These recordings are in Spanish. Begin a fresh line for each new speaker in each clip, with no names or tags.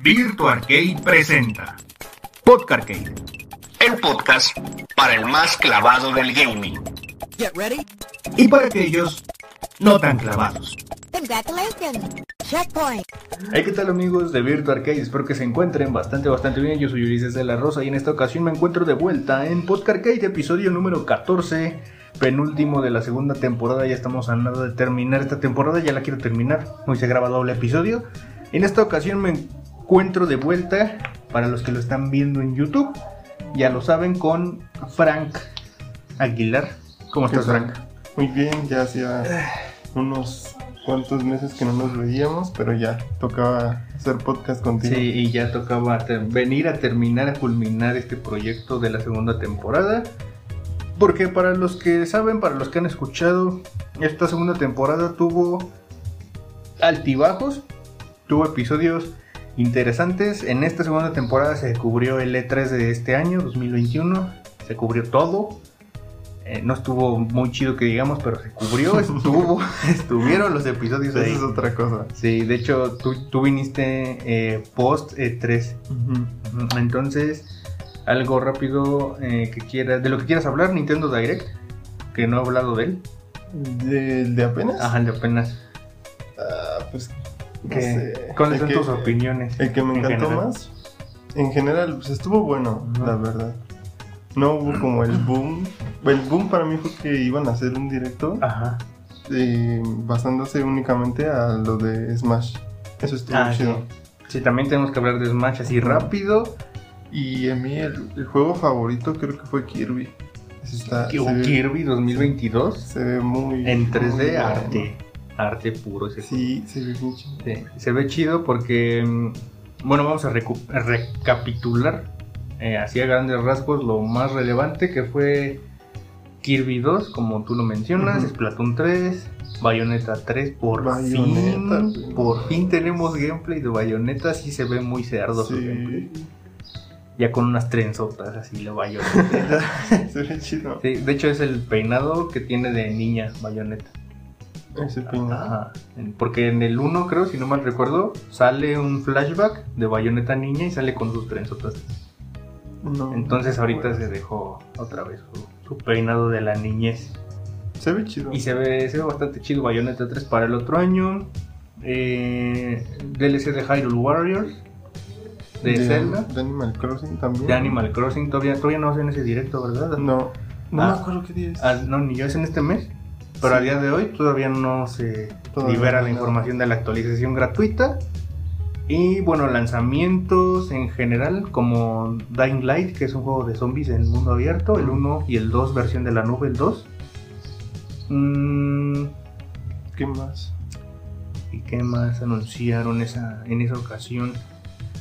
Virtua Arcade presenta Podcarcade,
el podcast para el más clavado del gaming.
Get ready.
y para aquellos no tan clavados.
Congratulations. Checkpoint.
Hey, ¿qué tal amigos de Virtua Arcade? Espero que se encuentren bastante, bastante bien. Yo soy Ulises de la Rosa y en esta ocasión me encuentro de vuelta en Podcast Arcade, episodio número 14, penúltimo de la segunda temporada. Ya estamos a nada de terminar esta temporada, ya la quiero terminar. Hoy se graba doble episodio. En esta ocasión me encuentro de vuelta, para los que lo están viendo en YouTube, ya lo saben, con Frank Aguilar. ¿Cómo estás, Frank?
Muy bien, ya hacía unos cuantos meses que no nos veíamos, pero ya tocaba hacer podcast contigo.
Sí, y ya tocaba ter- venir a terminar, a culminar este proyecto de la segunda temporada. Porque para los que saben, para los que han escuchado, esta segunda temporada tuvo altibajos, tuvo episodios interesantes. En esta segunda temporada se cubrió el E3 de este año, 2021, se cubrió todo. Eh, no estuvo muy chido que digamos, pero se cubrió, estuvo, estuvieron los episodios
Eso
ahí.
es otra cosa.
Sí, de hecho, tú, tú viniste eh, post E3. Entonces, algo rápido eh, que quieras, de lo que quieras hablar, Nintendo Direct, que no he hablado de él.
¿De, de apenas?
Ajá, el de apenas.
Ah, pues, no
Que-
sé.
¿Cuáles
El
son
que-
tus opiniones?
El que me
en
encantó
general?
más, en general, pues estuvo bueno,
Ujú.
la verdad. No hubo como el boom. El boom para mí fue que iban a hacer un directo
Ajá.
eh, basándose únicamente a lo de Smash. Eso estuvo
Ah, sí.
chido.
Sí, también tenemos que hablar de Smash así rápido.
Y a mí el, el juego favorito creo que fue Kirby. Eso está,
Que- oh,
se, ve,
Kirby 2022
se ve muy...
en 3D
muy bueno.
arte. Arte puro ese juego.
Sí, se ve muy chido.
Sí, se ve chido porque, mm, bueno, vamos a recu- a recapitular eh, así a grandes rasgos lo más relevante que fue Kirby 2, como tú lo mencionas,
Ujú.
Splatoon 3, Bayonetta 3, por
Bayonetta,
fin,
güey.
por fin tenemos gameplay de Bayonetta, sí se ve muy cerdo su gameplay,
Sí,
ya con unas trenzotas así la Bayonetta.
se ve chido.
Sí, de hecho es el peinado que tiene de niña Bayonetta.
Ese peinado.
Ajá, en- porque en el 1 creo, si no mal recuerdo, sale un flashback de Bayonetta niña y sale con sus trenzotas.
No,
Entonces ahorita
bueno.
se dejó otra vez su, su peinado de la niñez.
Se ve chido.
Y se ve, se ve bastante chido Bayonetta 3 para el otro año. Eh, DLC de Hyrule Warriors, de, Zelda,
De Animal Crossing también.
de Animal Crossing. Todavía, todavía no hacen ese directo, ¿verdad?
No, no
Ah.
me acuerdo qué día es.
Ah, no, ni yo es en este mes. Pero
Sí.
a día de hoy todavía no se
Todavía
libera
no.
la información de la actualización gratuita. Y bueno, lanzamientos en general como Dying Light, que es un juego de zombies en mundo abierto, el 1 y el 2, versión de la nube, el 2. Mm,
¿Qué más?
¿Y qué más anunciaron esa, en esa ocasión?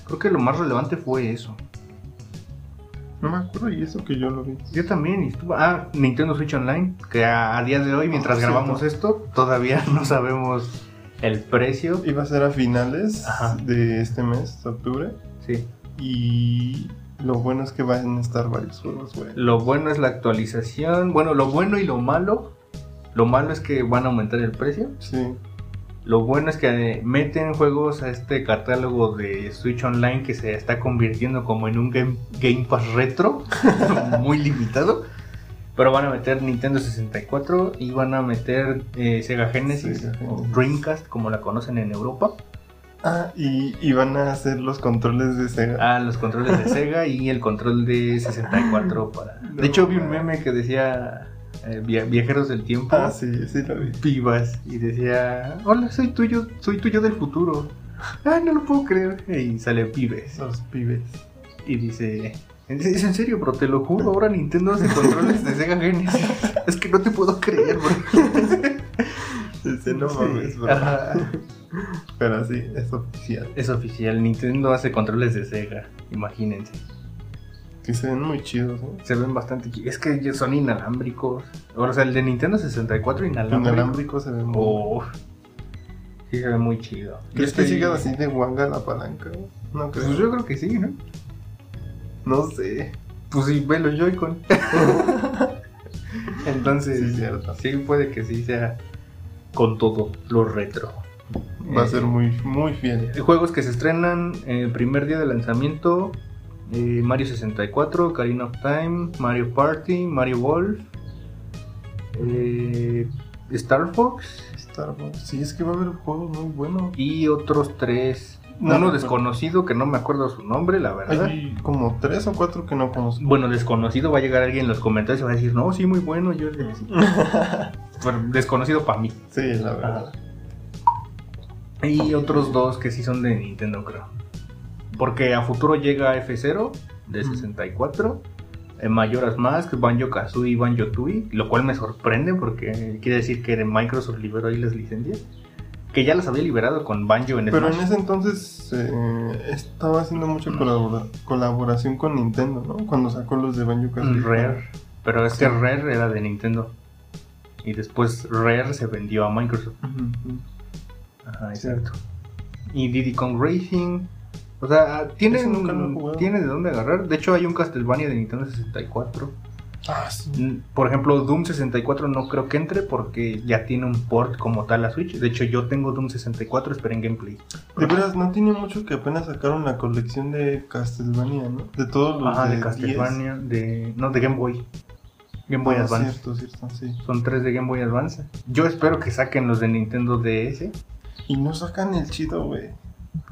Creo que lo más relevante fue eso.
No me acuerdo y eso que yo lo vi.
Yo también y estuvo. Ah, Nintendo Switch Online, que a, a día de hoy, mientras
Ah, cierto.
grabamos esto, todavía no sabemos el precio.
Iba a ser a finales
Ajá.
de este mes, de octubre.
Sí.
Y lo bueno es que van a estar varios juegos, güey.
Lo bueno es la actualización. Bueno, lo bueno y lo malo. Lo malo es que van a aumentar el precio.
Sí.
Lo bueno es que eh, meten juegos a este catálogo de Switch Online que se está convirtiendo como en un Game, Game Pass retro, muy limitado. Pero van a meter Nintendo 64 y van a meter eh, Sega Genesis
Sega
o
Genesis.
Dreamcast, como la conocen en Europa.
Ah, y, y van a hacer los controles de Sega.
Ah, los controles de Sega y el control de 64 para...
No,
de hecho, vi un
man.
meme que decía eh, via- Viajeros del Tiempo.
Ah, sí, sí lo vi.
pibas y decía, hola, soy tuyo, soy tuyo del futuro. Ah, no lo puedo creer. Y sale pibes.
Los pibes.
Y dice, es en serio, bro, te lo juro, ahora Nintendo hace controles de Sega Genesis. Es que no te puedo creer, bro.
Dice, no
Sí.
mames, bro.
Ajá.
Pero sí, es oficial.
Es oficial, Nintendo hace controles de Sega, imagínense.
Que se ven muy chidos, ¿eh?
Se ven bastante... chi- Es que ya son inalámbricos. O sea, el de Nintendo 64 inalámbrico.
Inalámbrico se ve muy.
Oh. Sí, se ve muy chido.
¿Crees
Yo
que
estoy-
sigan así de guanga la palanca? güey? No creo.
Pues yo creo que sí, ¿no?
No sé.
Pues sí, ve los Joy-Con. Entonces,
Sí, cierto.
sí, puede que sí sea con todo lo retro.
Va a
Eh,
ser muy, muy fiel.
Juegos que se estrenan el primer día de lanzamiento: eh, Mario 64, Karina of Time, Mario Party, Mario Wolf, eh, Star Fox
Star Wars. Sí, es que va a haber juegos muy buenos.
y otros tres.
No
Uno
recuerdo.
desconocido que no me acuerdo su nombre, la verdad.
Hay como tres o cuatro que no conozco.
Bueno, desconocido, va a llegar alguien en los comentarios y va a decir: No, sí, muy bueno. Yo le decía, pero desconocido para mí.
Sí, la verdad.
Y otros dos que sí son de Nintendo, creo. Porque a futuro llega F0 de 64, eh, Mayoras Mask, Banjo Kazooie y Banjo Tui, lo cual me sorprende porque quiere decir que de Microsoft liberó ahí las licencias, que ya las había liberado con Banjo en
Pero en
Smash.
ese entonces eh, estaba haciendo mucha
Mm.
colabora- colaboración con Nintendo, ¿no? Cuando sacó los de Banjo Kazooie.
Mm, Rare, pero es que Rare era de Nintendo. Y después Rare se vendió a Microsoft.
Ujú.
Ajá,
Cierto.
exacto. Y Diddy Kong Racing. O sea,
Ese
tienen,
nunca lo he jugado.
tienen de dónde agarrar. De hecho, hay un Castlevania de Nintendo 64.
Ah, sí.
Mm, Por ejemplo, Doom 64 no creo que entre porque ya tiene un port como tal a Switch. De hecho, yo tengo Doom 64, esperen gameplay.
De veras, no tiene mucho que apenas sacaron la colección de Castlevania, ¿no? De todos los
Ajá, de
10.
Castlevania, de. No, de Game Boy. Game Boy
Ah,
Advance.
Cierto, cierto, sí.
Son tres de Game Boy Advance. Yo espero que saquen los de Nintendo DS.
Y no sacan el chido, güey.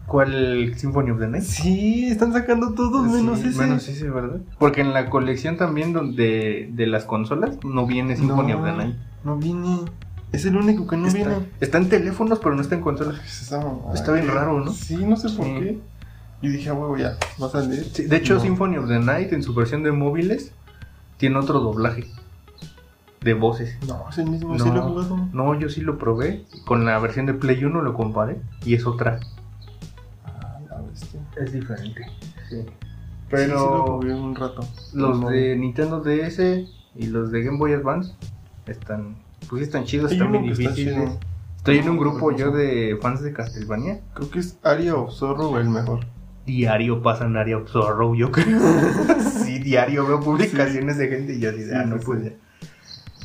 ¿Cuál Symphony of the Night?
Sí, están sacando todos Pues menos
Sí,
ese.
menos ese, ¿verdad? Porque en la colección también donde, de las consolas no viene Symphony of the Night.
No viene. Es el único que no
está,
viene.
está en teléfonos, pero no está en consolas.
Es esa mamada.
Está bien raro, ¿no?
Sí, no sé por
Sí.
qué. Yo dije, ah, huevo, ya, va a salir.
Sí, de hecho,
No.
Symphony of the Night en su versión de móviles tiene otro doblaje de voces.
No, es el mismo, sí
No.
lo he jugado.
No, yo sí lo probé. Con la versión de Play 1 lo comparé y es otra.
Ah, la bestia.
Es diferente. Sí.
Sí, sí lo
Pero
jugué un rato.
los
No.
de Nintendo DS y los de Game Boy Advance están, pues sí están chidos,
Hay
están
uno
bien
que está
difíciles.
chido.
Estoy en un grupo yo de fans de Castlevania.
Creo que es Aria o Zorro el mejor.
Diario pasan Area of Sorrow, yo creo. sí, diario veo publicaciones de gente y yo digo,
Sí,
ah, no
sí,
pues
sí.
ya.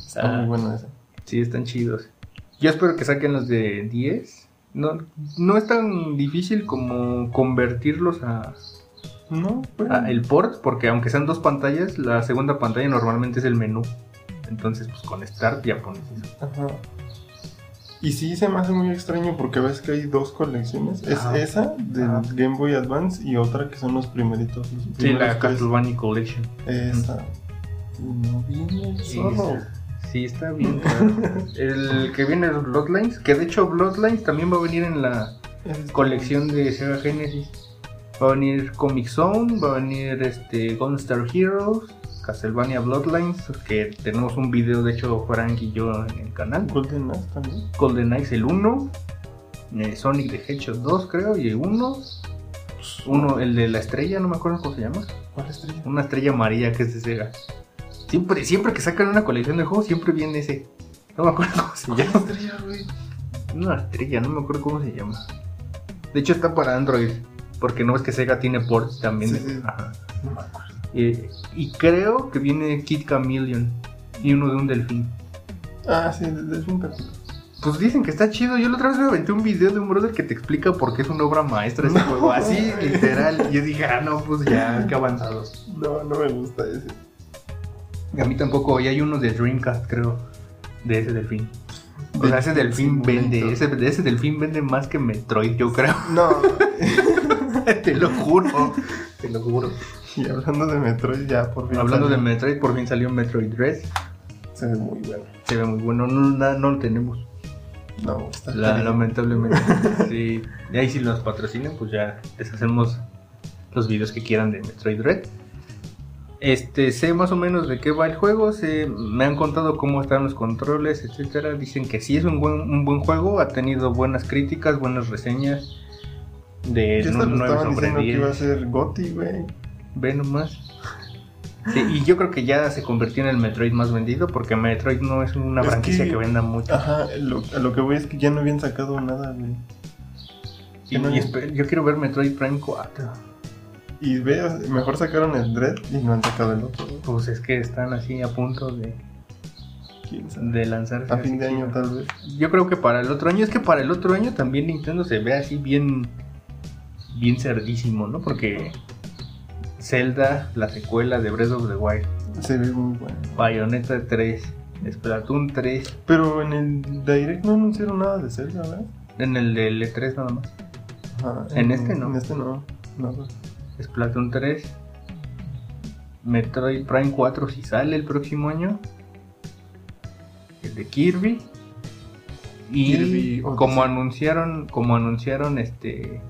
Está
Ah.
muy bueno ese.
Sí, están chidos. Yo espero que saquen los de 10. No, no es tan difícil como convertirlos a,
No, pero.
a el port, porque aunque sean dos pantallas, la segunda pantalla normalmente es el menú. Entonces, pues con Start ya pones eso.
Ajá. Y sí se me hace muy extraño porque ves que hay dos colecciones. Es
Ajá.
esa del
Ajá.
Game Boy Advance y otra que son los primeritos. los
Sí,
primeros
la
tres.
Castlevania Collection.
Esa. Y no viene el
Sí,
zorro.
Sí, está bien. claro. el que viene es Bloodlines, que de hecho Bloodlines también va a venir en la
El-
colección de Sega Genesis. Va a venir Comic Zone, va a venir este Gunstar Heroes, Castlevania Bloodlines, que tenemos un video de hecho Frank y yo en el canal.
Golden Axe también.
Golden Eyes el 1, eh, Sonic the Hedgehog 2 creo y el 1. Uno, el de la estrella, no me acuerdo cómo se llama.
¿Cuál estrella?
Una estrella amarilla que es de Sega. Siempre, siempre que sacan una colección de juegos, siempre viene ese. No me acuerdo cómo se
¿Cuál
llama.
estrella, güey?
Una estrella, no me acuerdo cómo se llama. De hecho está para Android, porque no ves que Sega tiene ports también.
Sí, sí.
Ajá.
No me acuerdo.
Eh, y creo que viene Kid Chameleon y uno de un delfín.
Ah, sí, el Delfín Perdido.
Pues dicen que está chido. Yo la otra vez me aventé un video de un brother que te explica por qué es una obra maestra ese juego. Así, literal. Y yo dije, ah, no, pues ya, qué avanzados.
No, no me gusta ese.
A mí tampoco. Y hay uno de Dreamcast, creo, de ese delfín. O sea, ese delfín
Simulator.
vende. Ese, ese delfín vende más que Metroid, yo creo.
No.
te lo juro. Te lo juro.
y hablando de Metroid, ya por fin.
Hablando de
salió.
Metroid, por fin salió Metroid 3.
Se ve muy bueno.
Se ve muy bueno. No, no, no lo tenemos.
No, está
La-
cariño.
lamentablemente. sí. Y ahí si nos patrocinan, pues ya les hacemos los videos que quieran de Metroid Red. Este, sé más o menos de qué va el juego, sé- me han contado cómo están los controles, etcétera. Dicen que sí es un buen, un buen juego, ha tenido buenas críticas, buenas reseñas de
Que hasta lo
9
estaban
sobre
diciendo que iba a
10.
ser Gotti, güey.
Ve nomás. Sí, y yo creo que ya se convirtió en el Metroid más vendido porque Metroid no es una
Es
franquicia
que- ah,
que venda mucho.
Ajá, lo- a lo que voy es que ya no habían sacado nada, güey.
Y- y espe- yo quiero ver Metroid Prime 4.
Y veas, mejor sacaron el Dread y no han sacado el otro.
Pues es que están así a punto de,
quién sabe.
de lanzarse.
A
así
fin de año
chido.
tal vez.
Yo creo que para el otro año, es que para el otro año también Nintendo se ve así bien, bien cerdísimo, ¿no? Porque Zelda, la secuela de Breath of the Wild,
Se ve muy bueno.
Bayonetta 3, Splatoon 3,
Pero en el Direct no anunciaron nada de Zelda, ¿verdad?
en el de L3 nada más,
Ajá,
En este no.
En este no. Nada.
Splatoon 3, Metroid Prime 4 si sale el próximo año, el de Kirby. Y
Kirby Odyssey.
como anunciaron, como anunciaron este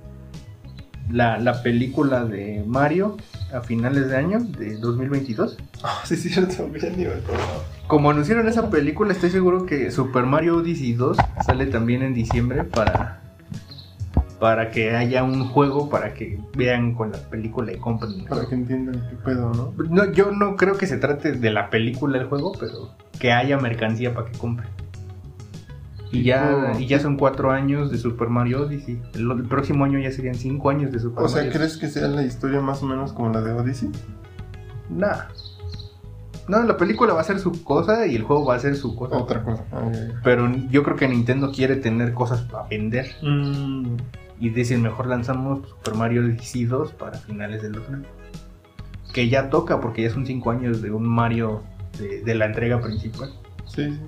la, la película de Mario a finales de año de 2022.
Ah, sí, es cierto, bien iba todo.
Como anunciaron esa película, estoy seguro que Super Mario Odyssey 2 sale también en diciembre para para que haya un juego para que vean con la película y compren.
Para que entiendan qué pedo, ¿no?
No, yo no creo que se trate de la película el juego, pero que haya mercancía para que compre. Y ya, y ya son cuatro años de Super Mario Odyssey. El, el próximo año ya serían cinco años de Super
O sea,
Mario.
¿crees que sea la historia más o menos como la de Odyssey?
Nah. No, la película va a ser su cosa y el juego va a ser su cosa.
Otra cosa. Ah, ya, ya.
Pero yo creo que Nintendo quiere tener cosas para vender.
Mm,
Y dicen, mejor lanzamos Super Mario Odyssey 2 para finales del otro año. Que ya toca, porque ya son cinco años de un Mario de- de la entrega principal.
sí, sí.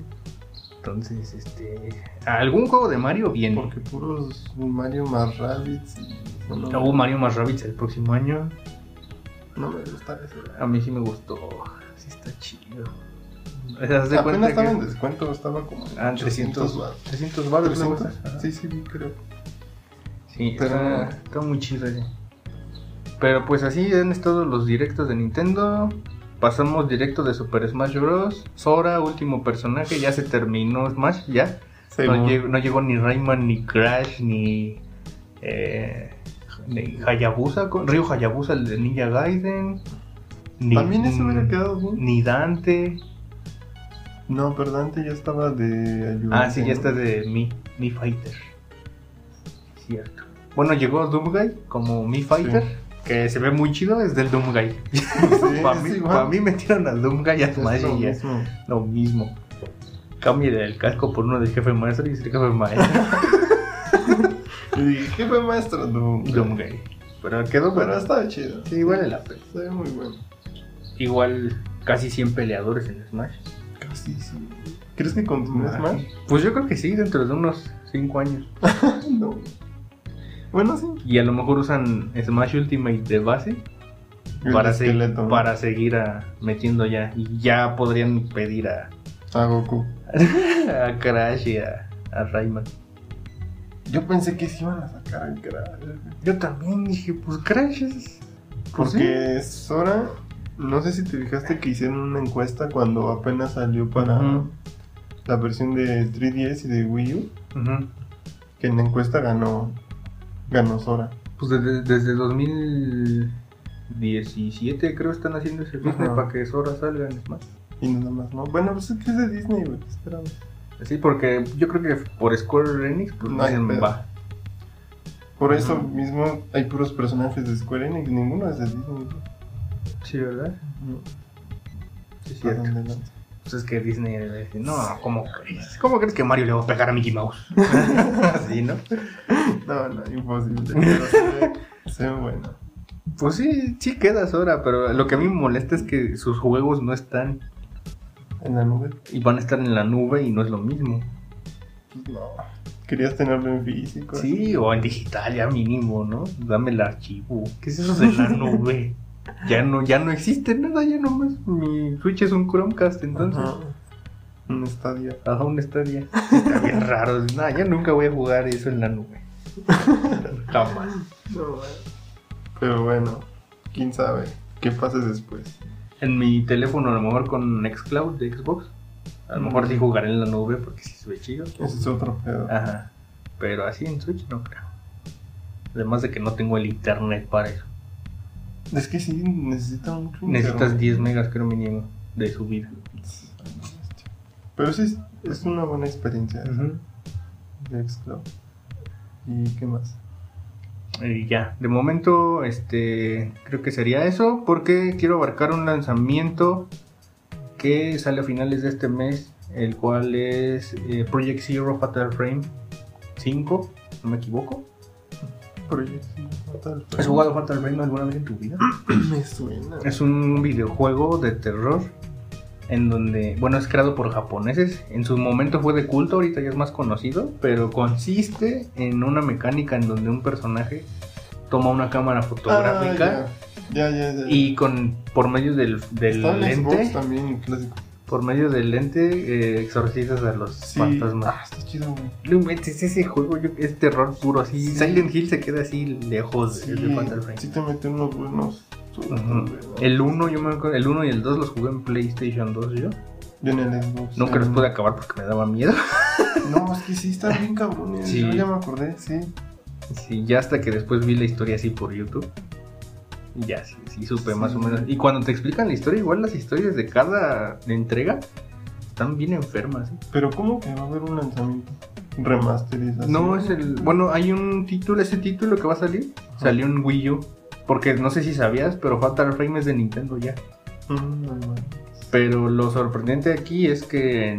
Entonces, este. Algún juego de Mario viene.
Porque puros Mario más Rabbids y... Bueno,
Hubo Mario más Rabbids el próximo año.
no me gusta eso.
A mí sí me gustó. Sí está chido. O sea, haz de
Apenas
cuenta
estaba
que.
en descuento, estaba como en
Ah,
800
300
baros.
300 baros, ¿no?
300. Sí, sí, vi, creo.
Sí,
Pero-
está, está muy chido. eh. Pero pues así han estado los directos de Nintendo. Pasamos directo de Super Smash Bros. Sora, último personaje. Ya se terminó Smash, ya. Este, No,
Según.
llegó, no llegó ni Rayman, ni Crash, ni, eh, ni Hayabusa, con- Ryu Hayabusa, el de Ninja Gaiden. Ni,
También eso hubiera
mm,
quedado bien.
Ni Dante.
No, pero Dante ya estaba de ayuda.
Ah, sí, ya está de Mi, Mi Fighter. Cierto. Bueno, llegó Doomguy como Mi Fighter, que se ve muy chido, es del Doomguy. para, mí, pa' mí metieron al Doomguy a Smash y ya es lo mismo. Cambie el casco por uno del jefe maestro y es el jefe maestro.
Y dije, ¿qué fue maestro? Doom.
Doomguy. Pero quedó
Pero
para
estaba chido.
Sí, vale la pena.
Estaba muy bueno.
Igual casi 100 peleadores en Smash.
Casi sí. ¿Crees que continúe Smash?
Pues yo creo que sí, dentro de unos 5 años.
No. Bueno, sí.
Y a lo mejor usan Smash Ultimate de base
El
para, se-
esqueleto. ¿no?
para seguir a- metiendo ya. Y ya podrían pedir a,
A Goku.
a Crash y a, a Rayman.
Yo pensé que se iban a sacar al Crash.
Yo también dije, pues Crash es... pues,
Porque Sora, no sé si te fijaste que hicieron una encuesta cuando apenas salió para
Ujú.
la versión de 3DS y de Wii U, que en la encuesta ganó ganó Sora.
Pues desde, desde 2017 creo están haciendo ese business
Ajá.
para que Sora salga en Smash.
Y nada más, ¿no? Bueno, pues es que es de Disney, güey. Espera, güey.
Sí, porque yo creo que por Square Enix, pues
No hay
dicen,
pedo.
va.
Por
Ajá.
eso mismo hay puros personajes de Square Enix, ninguno es de Disney. güey.
Sí, ¿verdad?
No,
Sí, es cierto.
pasan de lanza.
Pues es que Disney le dice, no, ¿cómo crees? ¿Cómo crees que Mario le va a pegar a Mickey Mouse? Así, ¿no?
No, no, imposible. Pero se ve, se ve bueno.
Pues sí, sí quedas ahora, pero lo que a mí me molesta es que sus juegos no están
En la nube,
y van a estar en la nube y no es lo mismo.
pues no. Querías tenerlo en físico.
Sí, o en digital ya mínimo, ¿no? Dame el archivo. ¿Qué es eso de la nube? Ya no, ya no existe nada, ya nomás mi Switch es un Chromecast, entonces.
Ajá. Un estadio.
Ajá, un estadio. Está bien raro. Nah, yo nunca voy a jugar eso en la nube. Jamás.
No, güey. Pero bueno, quién sabe qué pase después.
En mi teléfono, a lo mejor con Xcloud de Xbox. A lo mejor sí jugaré en la nube porque sí se ve chido.
Ese es otro pedo.
Ajá. Pero así en Switch no creo. Además de que no tengo el internet para eso.
Es que sí, necesita mucho.
Necesitas
internet.
10 megas, creo mínimo, de subida.
Pero sí, es- es una buena experiencia de Xcloud. ¿Y qué más?
Y ya, de momento, este, creo que sería eso, porque quiero abarcar un lanzamiento que sale a finales de este mes el cual es eh, Project Zero Fatal Frame 5, no me equivoco.
Project Fatal Frame.
¿Has jugado Fatal Frame alguna vez en tu vida?
Me suena. Ah,
Es un videojuego de terror en donde, bueno, es creado por japoneses. En su momento fue de culto, ahorita ya es más conocido, pero consiste en una mecánica en donde un personaje toma una cámara fotográfica
Ah, ya. ya, ya, ya.
y con por medio del, del
Está en este.
lente,
Xbox también, el clásico.
por medio del lente eh, exorcizas a los
Sí.
fantasmas.
Ah, está chido, güey.
No inventes, ese juego yo- es terror puro, así
Sí.
Silent Hill se queda así lejos de-
Sí,
de Fatal Frame.
sí te meten unos buenos. sustos,
Ujú.
güey.
El 1 yo me acuerdo, el 1 y el 2 los jugué en PlayStation 2 yo.
Yo en el Xbox.
Nunca
eh,
los pude acabar porque me daba miedo.
No, es que sí, están bien cabrones.
Sí.
Yo ya me acordé, sí.
Sí, ya hasta que después vi la historia así por YouTube. Y ya, sí, sí supe
Sí.
más o menos. Y cuando te explican la historia, igual las historias de cada entrega están bien enfermas. ¿eh?
Pero ¿cómo que va a haber un lanzamiento? Remasterización.
No es el. Bueno, hay un título, ese título que va a salir. Salió en Wii U. Porque no sé si sabías, pero Fatal Frame es de Nintendo ya.
Mm, no, no.
Pero lo sorprendente aquí es que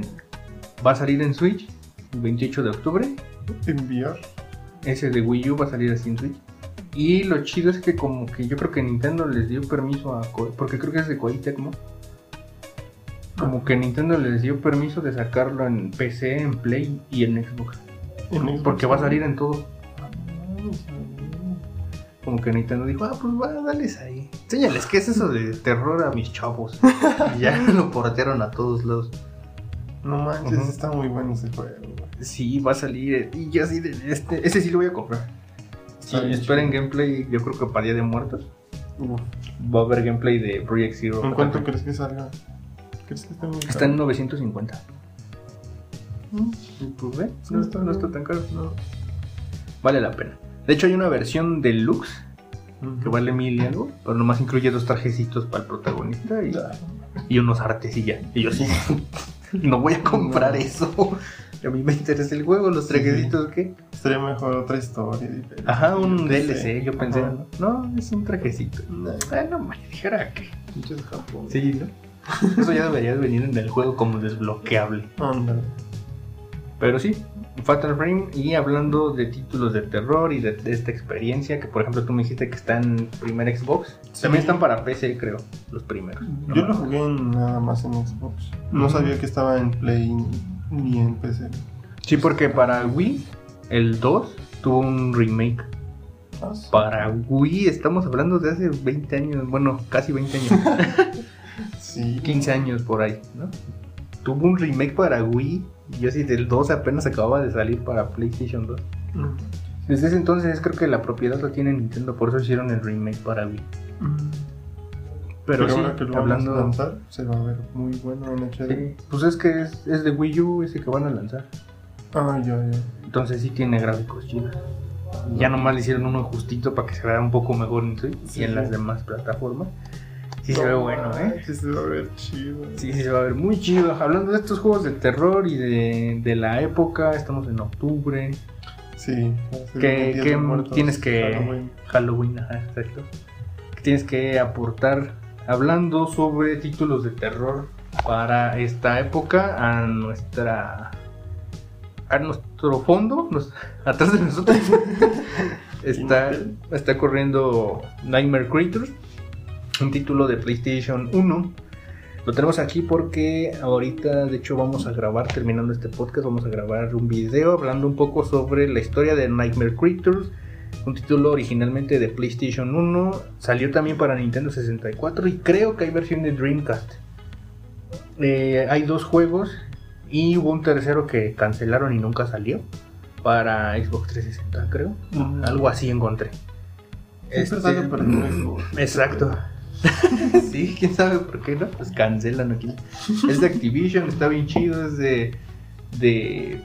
va a salir en Switch el 28 de octubre.
Enviar.
Ese de Wii U va a salir así en Switch. Y lo chido es que como que yo creo que Nintendo les dio permiso a Ko- porque creo que es de Koei Tecmo. Como que Nintendo les dio permiso de sacarlo en PC, en Play y en Xbox.
En Xbox.
Porque va a salir en todo.
Ah, no, no.
Como que Nintendo dijo, ah, pues va, dales ahí. Enséñales qué es eso de terror a mis chavos. y ya lo portearon a todos lados.
No manches,
Ujú.
está muy bueno ese juego. güey.
Sí, va a salir. eh, Y yo así de este. Ese sí lo voy a comprar. Sí,
Está bien
esperen gameplay, yo creo que para Día de Muertos.
chido. Uf.
Va a haber gameplay de Project Zero.
¿En cuánto crees que salga? ¿Crees que está muy
Está en
caro?
950.
Mm,
Y pues ve,
Sí,
no
está
está, no
bien.
está tan caro.
No.
Vale la pena. De hecho, hay una versión deluxe que vale mil y algo, pero nomás incluye dos trajecitos para el protagonista y,
Ya.
y unos artes y ya. Y yo sí, no voy a comprar
No.
eso. A mí me interesa el juego, los
Sí.
trajecitos, ¿qué?
Sería mejor otra historia. diferente.
Ajá, un
Yo qué
DLC,
sé.
yo pensé.
Ajá.
¿no? No, es un trajecito.
No,
Ah, no me dijera que.
pinches Japón.
Sí, ¿no? Eso ya debería venir en el juego como desbloqueable.
Ándale.
Pero sí, Fatal Frame. Y hablando de títulos de terror y de, de esta experiencia, que por ejemplo tú me dijiste que está en primer Xbox.
Sí.
También están para PC, creo, los primeros.
Yo lo jugué en- nada más en Xbox. No
Ujú.
sabía que estaba en Play ni- ni en PC.
Sí, porque para Wii, el 2 tuvo un remake.
Ah, sí.
Para Wii, estamos hablando de hace 20 años, bueno, casi 20 años,
Sí.
15 años por ahí, ¿no? Tuvo un remake para Wii. Y yo sí, del 2 apenas acababa de salir para PlayStation 2.
Mm.
Desde ese entonces creo que la propiedad la tiene Nintendo, por eso hicieron el remake para Wii. Pero,
Pero,
sí,
ahora que lo
hablando
van a lanzar, se va a ver muy bueno en HD.
Sí, pues es que es, es de Wii U ese que van a lanzar.
Ah, ya, ya.
Entonces sí tiene gráficos chidos. Ya nomás le hicieron uno justito para que se vea un poco mejor en Switch
Sí.
y en las demás plataformas. Sí se ve bueno, ¿eh?
Sí, se va a ver chido.
Sí, sí se va a ver muy chido. Hablando de estos juegos de terror y de, de la época, estamos en octubre.
Sí. hace
¿Qué,
Día de
qué
Muertos,
tienes que...
Halloween.
Halloween, ajá, exacto. ¿Qué tienes que aportar hablando sobre títulos de terror para esta época a nuestra a nuestro fondo, nos- atrás de nosotros está, está corriendo Nightmare Creatures, un título de PlayStation 1. Lo tenemos aquí porque ahorita, de hecho, vamos a grabar, terminando este podcast, vamos a grabar un video hablando un poco sobre la historia de Nightmare Creatures, un título originalmente de PlayStation 1, salió también para Nintendo 64 y creo que hay versión de Dreamcast. Eh, hay dos juegos y hubo un tercero que cancelaron y nunca salió para Xbox 360, creo.
Mm.
Algo así encontré.
Siempre
Este,
sale para el Xbox.
Exacto. sí, quién sabe por qué, ¿no? Pues cancelan aquí. Es de Activision, está bien chido, es de, de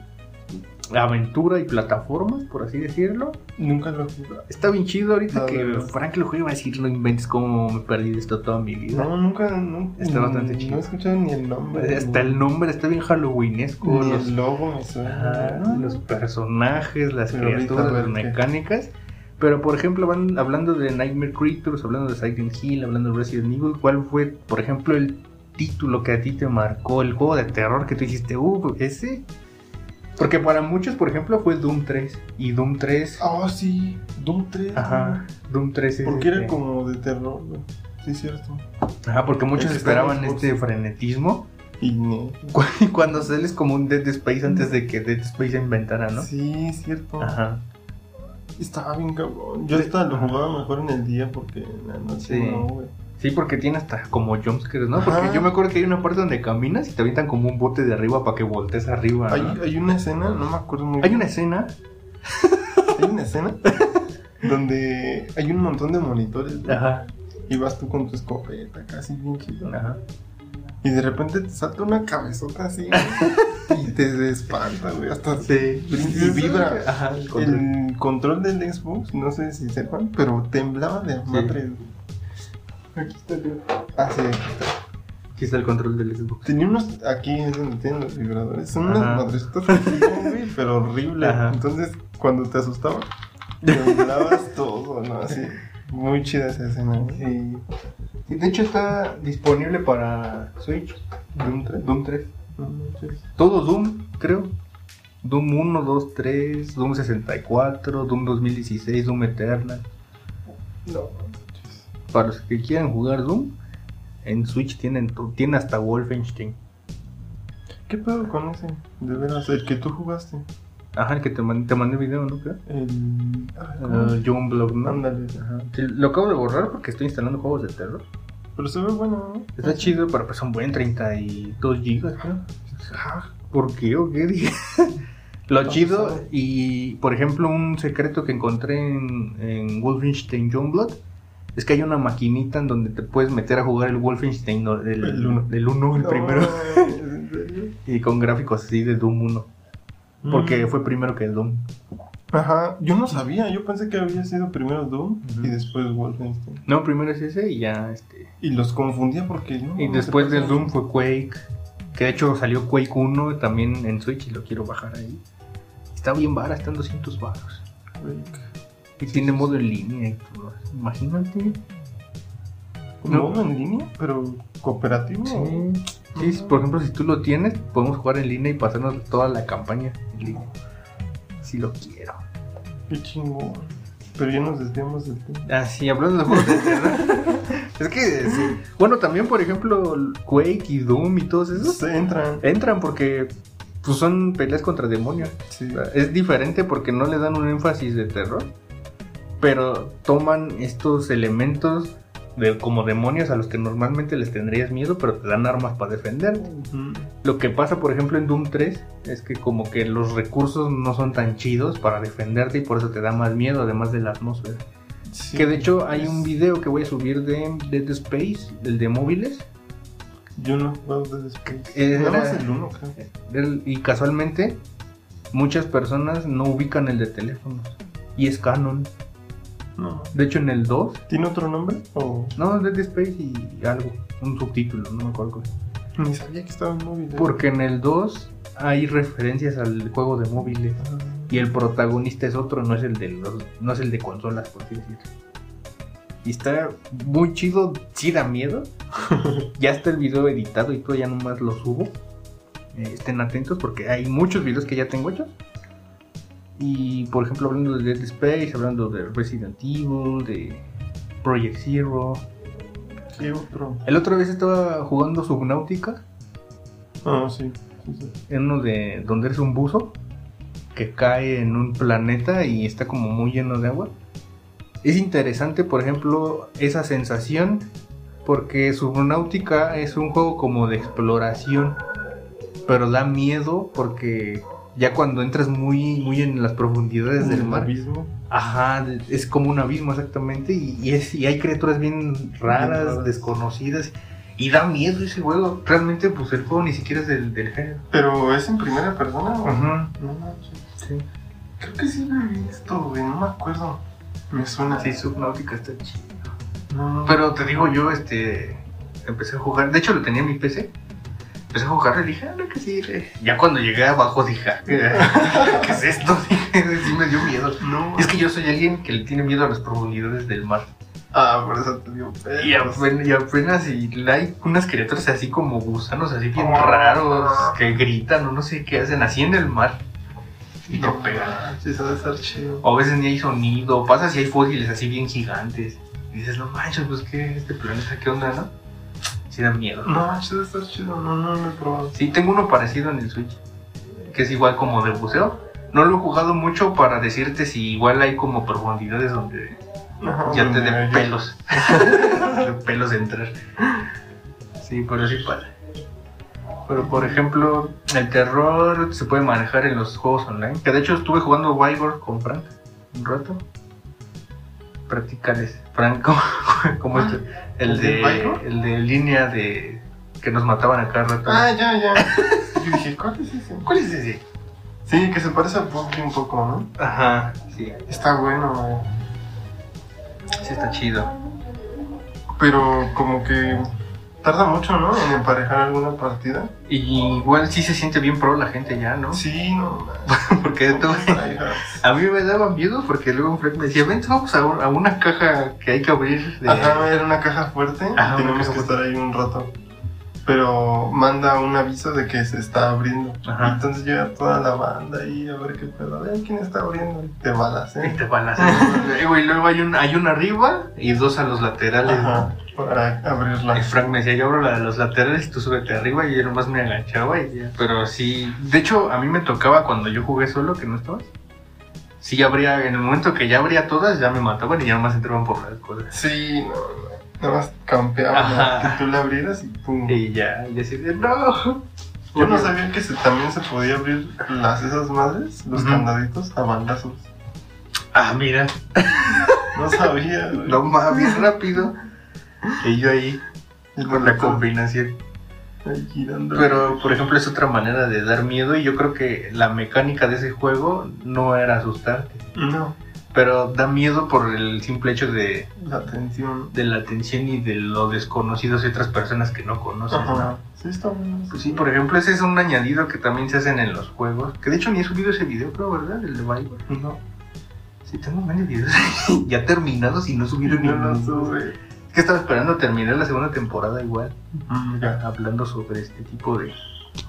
aventura y plataformas, por así decirlo.
Nunca lo jugué.
Está bien chido ahorita
No,
que
no, no.
Frank lo juega a decir, no inventes cómo me perdí de esto toda mi vida.
No, nunca, nunca.
Está bastante
no
chido.
he escuchado ni el nombre.
Hasta el nombre está bien halloweenesco.
Ni
los-
el logo me suena.
Ajá, los personajes, las
Pero ahorita
criaturas, las
ver qué.
mecánicas. Pero por ejemplo, van hablando de Nightmare Creatures, hablando de Silent Hill, hablando de Resident Evil, ¿cuál fue, por ejemplo, el título que a ti te marcó, el juego de terror que tú dijiste, uh, ese. Porque para muchos, por ejemplo, fue Doom 3. Y Doom 3.
Ah, sí. Doom 3.
Ajá. Doom 3 es
Porque era
este-
como de terror, güey. Sí, cierto.
Ajá, porque muchos
el que está en
esperaban
Xbox.
este frenetismo.
Y no.
cu- Y cuando sales como un Dead Space antes de que Dead Space se inventara, ¿no?
Sí, cierto.
Ajá.
Estaba bien cabrón. Yo hasta lo jugaba mejor en el día porque en la noche
Sí.
no, güey.
Sí, porque tiene hasta como jumpscares, ¿no? Porque
Ajá.
yo me acuerdo que hay una parte donde caminas y te avientan como un bote de arriba para que voltees arriba. ¿no?
Hay, hay una escena, no me acuerdo muy
Hay
bien.
una escena.
Hay una escena donde hay un montón de monitores güey,
Ajá.
y vas tú con tu escopeta, casi bien chido.
Ajá.
Y de repente te salta una cabezota así güey, y te espanta, güey. Hasta
Sí.
Y vibra.
Ajá. el control.
el control del Xbox, no sé si sepan, pero temblaba de madre. güey. Aquí está, creo. Ah, sí, aquí está.
Aquí está el control del Xbox.
Tenía unos. Aquí es donde tienen los vibradores. Son
Ajá.
unas madrecitas que llegan, güey, pero horrible.
Ajá.
Entonces, cuando te asustaba, temblabas todo, ¿no? Así. Muy chida esa escena, güey.
Sí. Y de hecho está disponible para Switch.
Doom 3.
Doom 3.
No manches.
Todo Doom, creo. Doom 1, 2, 3, Doom 64, Doom 2016, Doom Eternal.
No.
Para los que quieran jugar Doom, en Switch tienen, to- tiene hasta Wolfenstein.
¿Qué pedo con ese? De veras, el que tú jugaste.
Ajá, el que te mandé, te mandé video, ¿no? Creo.
El. ah, ¿cómo?
Eh, yo un blog, ¿no?
Ándale.
Ajá. Sí, Lo acabo de borrar porque estoy instalando juegos de terror.
Pero se ve bueno, ¿no?
Está chido, pero pues son buen 32 gigas, creo. Ah, ¿Por qué o qué? Dije. Lo
No, pues,
chido
sabe.
y, por ejemplo, un secreto que encontré en, en Wolfenstein Youngblood es que hay una maquinita en donde te puedes meter a jugar el Wolfenstein no, del
El uno.
del uno, el
No,
primero,
¿es en serio?
y con gráficos así de Doom 1, porque
Mm.
fue primero que el Doom.
Ajá, yo no sabía, yo pensé que había sido primero Doom
Ujú.
y después Wolfenstein.
No, primero es ese y ya, este...
Y los confundía porque... no,
Y
no
después
se
del
pasan.
Doom fue Quake, que de hecho salió Quake 1 también en Switch y lo quiero bajar ahí. Está bien vara, están 200 baros. Y tiene modo en línea y todo. Imagínate.
¿No en línea? ¿Pero cooperativo?
Sí. Sí, si- por ejemplo, si tú lo tienes, podemos jugar en línea y pasarnos toda la campaña en línea. Si lo quiero.
Qué chingón. Pero ya nos desviamos del tema.
Ah, sí, hablando de juegos de terror. es que, sí. Bueno, también, por ejemplo, Quake y Doom y todos esos
Se entran.
entran porque pues, son peleas contra demonios.
Sí.
Es diferente porque no le dan un énfasis de terror, pero toman estos elementos de, como demonios a los que normalmente les tendrías miedo, pero te dan armas para defenderte.
Ujú.
Lo que pasa, por ejemplo, en Doom 3 es que como que los recursos no son tan chidos para defenderte y por eso te da más miedo, además de la atmósfera.
Sí.
Que de hecho hay un
Es-
video que voy a subir de Dead Space, el de móviles,
Yo no he jugado desde después.
Era-
Nada más el uno, creo.
Del- y casualmente muchas personas no ubican el de teléfonos y es canon.
No.
De hecho, en el 2,
¿Tiene otro nombre? ¿O...?
no, Dead Space y algo, un subtítulo, no me acuerdo. cuál.
Ni sabía que estaba en móvil.
Porque en el 2 hay referencias al juego de móviles
Ah.
y el protagonista es otro, no es el de los, no es el de consolas, por así decirlo. Y está muy chido, sí da miedo. ya está el video editado y todo, ya nomás lo subo. Eh, estén atentos porque hay muchos videos que ya tengo hechos. Y por ejemplo, hablando de Dead Space, hablando de Resident Evil, de Project Zero.
¿Qué otro?
El otro vez estaba jugando Subnautica
Ah, sí. sí, sí.
en uno de donde eres un buzo que cae en un planeta y está como muy lleno de agua. Es interesante, por ejemplo, esa sensación porque Subnautica es un juego como de exploración, pero da miedo porque ya cuando entras muy muy en las profundidades del
¿El
mar,
abismo?
Ajá, es como un abismo exactamente y, y es, y hay criaturas bien raras,
Bien raras.
desconocidas y da miedo ese juego. Realmente pues el juego ni siquiera es del, del género.
¿Pero es en primera persona? o
Ajá,
No manches.
sí.
Creo que sí lo he visto, güey. No me acuerdo. Me suena.
Sí, Subnautica está chido.
No.
Pero te digo yo, este, empecé a jugar, de hecho lo tenía en mi PC. Empecé a jugar y dije, ah, no, que sí. re". Ya cuando llegué abajo dije, ah, ¿qué es esto? Dije, sí me dio miedo.
No.
Es que yo soy alguien que le tiene miedo a las profundidades del mar.
Ah, por eso te pues, dio pedos.
Y apenas, y apenas y hay unas criaturas así como gusanos, así bien raros, que gritan o no sé qué hacen, así en el mar. Y te
No,
pegan.
sí, eso debe estar chido.
O a veces ni hay sonido, pasa si hay fósiles así bien gigantes. Y dices, no manches, pues qué, este planeta, qué onda, ¿no? Sí da miedo.
No, eso debe estar chido. No, no lo he probado.
Sí, tengo uno parecido en el Switch, que es igual como de buceo. No lo he jugado mucho para decirte si igual hay como profundidades donde
Ajá,
ya te
donde
den
hay-
pelos. de pelos de entrar. Sí, pero sí para. Pero por ejemplo, el terror se puede manejar en los juegos online. Que de hecho estuve jugando Wyborg con Frank un rato. Practicales. Frank, ¿cómo, cómo es tu- Ah, El
¿el de
de,
Wyborg?
el de línea de que nos mataban a cada rato.
Ah, ya, ya. Yo dije, ¿cuál es ese?
¿Cuál es ese?
Sí, que se parece a Puggy un poco, ¿no?
Ajá, sí,
Está bueno, güey.
sí está chido.
Pero como que tarda mucho, ¿no? En emparejar alguna partida.
Y igual sí se siente bien pro la gente ya, ¿no?
Sí, no.
Porque tú-
Ajá,
a mí me daba miedo porque luego Frank me decía, ven, vamos a, un- a una caja que hay que abrir. De...
era una caja fuerte.
Ajá, una
Tenemos
caja
que
fuerte.
estar ahí un rato. Pero manda un aviso de que se está abriendo.
Ajá.
Entonces llega toda la banda ahí a ver qué pedo. Ay, ¿quién está abriendo? Y te balas,
Y
¿eh?
te van a hacer- Eh, güey, luego hay un, hay una arriba y dos a los laterales.
Ajá, para
Y
abrirla.
Frank me decía, yo abro la de los laterales, tú súbete arriba y yo nomás me agachaba y ya. Pero sí, de hecho a mí me tocaba cuando yo jugué solo, que no estabas. Sí, abría, en el momento que ya abría todas, ya me mataban y ya nomás entraban por las cosas.
Sí, no, no. Nada más campeaba, ¿no?
Ajá.
que tú la abrieras y pum.
Y ya, y así de, no.
Yo no sabía que se, también se podía abrir las esas madres, los
Ujú.
candaditos a bandazos.
Ah, mira.
No sabía, güey.
No mames, rápido. Y yo ahí,
Y
con la combinación.
ahí girando.
Pero, por ejemplo, es otra manera de dar miedo y yo creo que la mecánica de ese juego no era asustarte.
No,
Pero da miedo por el simple hecho de,
la tensión.
de la tensión y de lo desconocido de otras personas que no conoces.
Ajá.
¿no?
Sí, está bueno.
Pues sí, por ejemplo, ese es un añadido que también se hacen en los juegos. Que de hecho ni he subido ese video, creo, ¿verdad? El de Bioware.
No,
Sí, tengo varios videos ya terminados y no subieron
no lo
ninguno.
sube.
Es que estaba esperando terminar la segunda temporada igual,
Mm, Ya.
hablando sobre este tipo de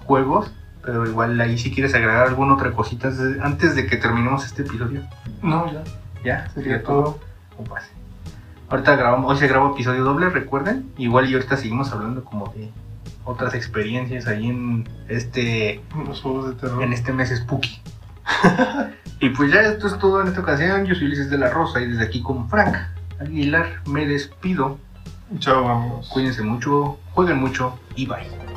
juegos, pero igual ahí si quieres agregar alguna otra cosita antes de- antes de que terminemos este episodio.
No, ya.
Ya,
Sería todo.
o pase. Ahorita grabamos, hoy se graba episodio doble, recuerden. Igual y ahorita seguimos hablando como de otras experiencias ahí en este
Los juegos de terror.
en este mes spooky. y pues ya esto es todo en esta ocasión. Yo soy Ulises de la Rosa y desde aquí con Frank Aguilar me despido.
Chao, amigos.
Cuídense mucho, jueguen mucho y bye.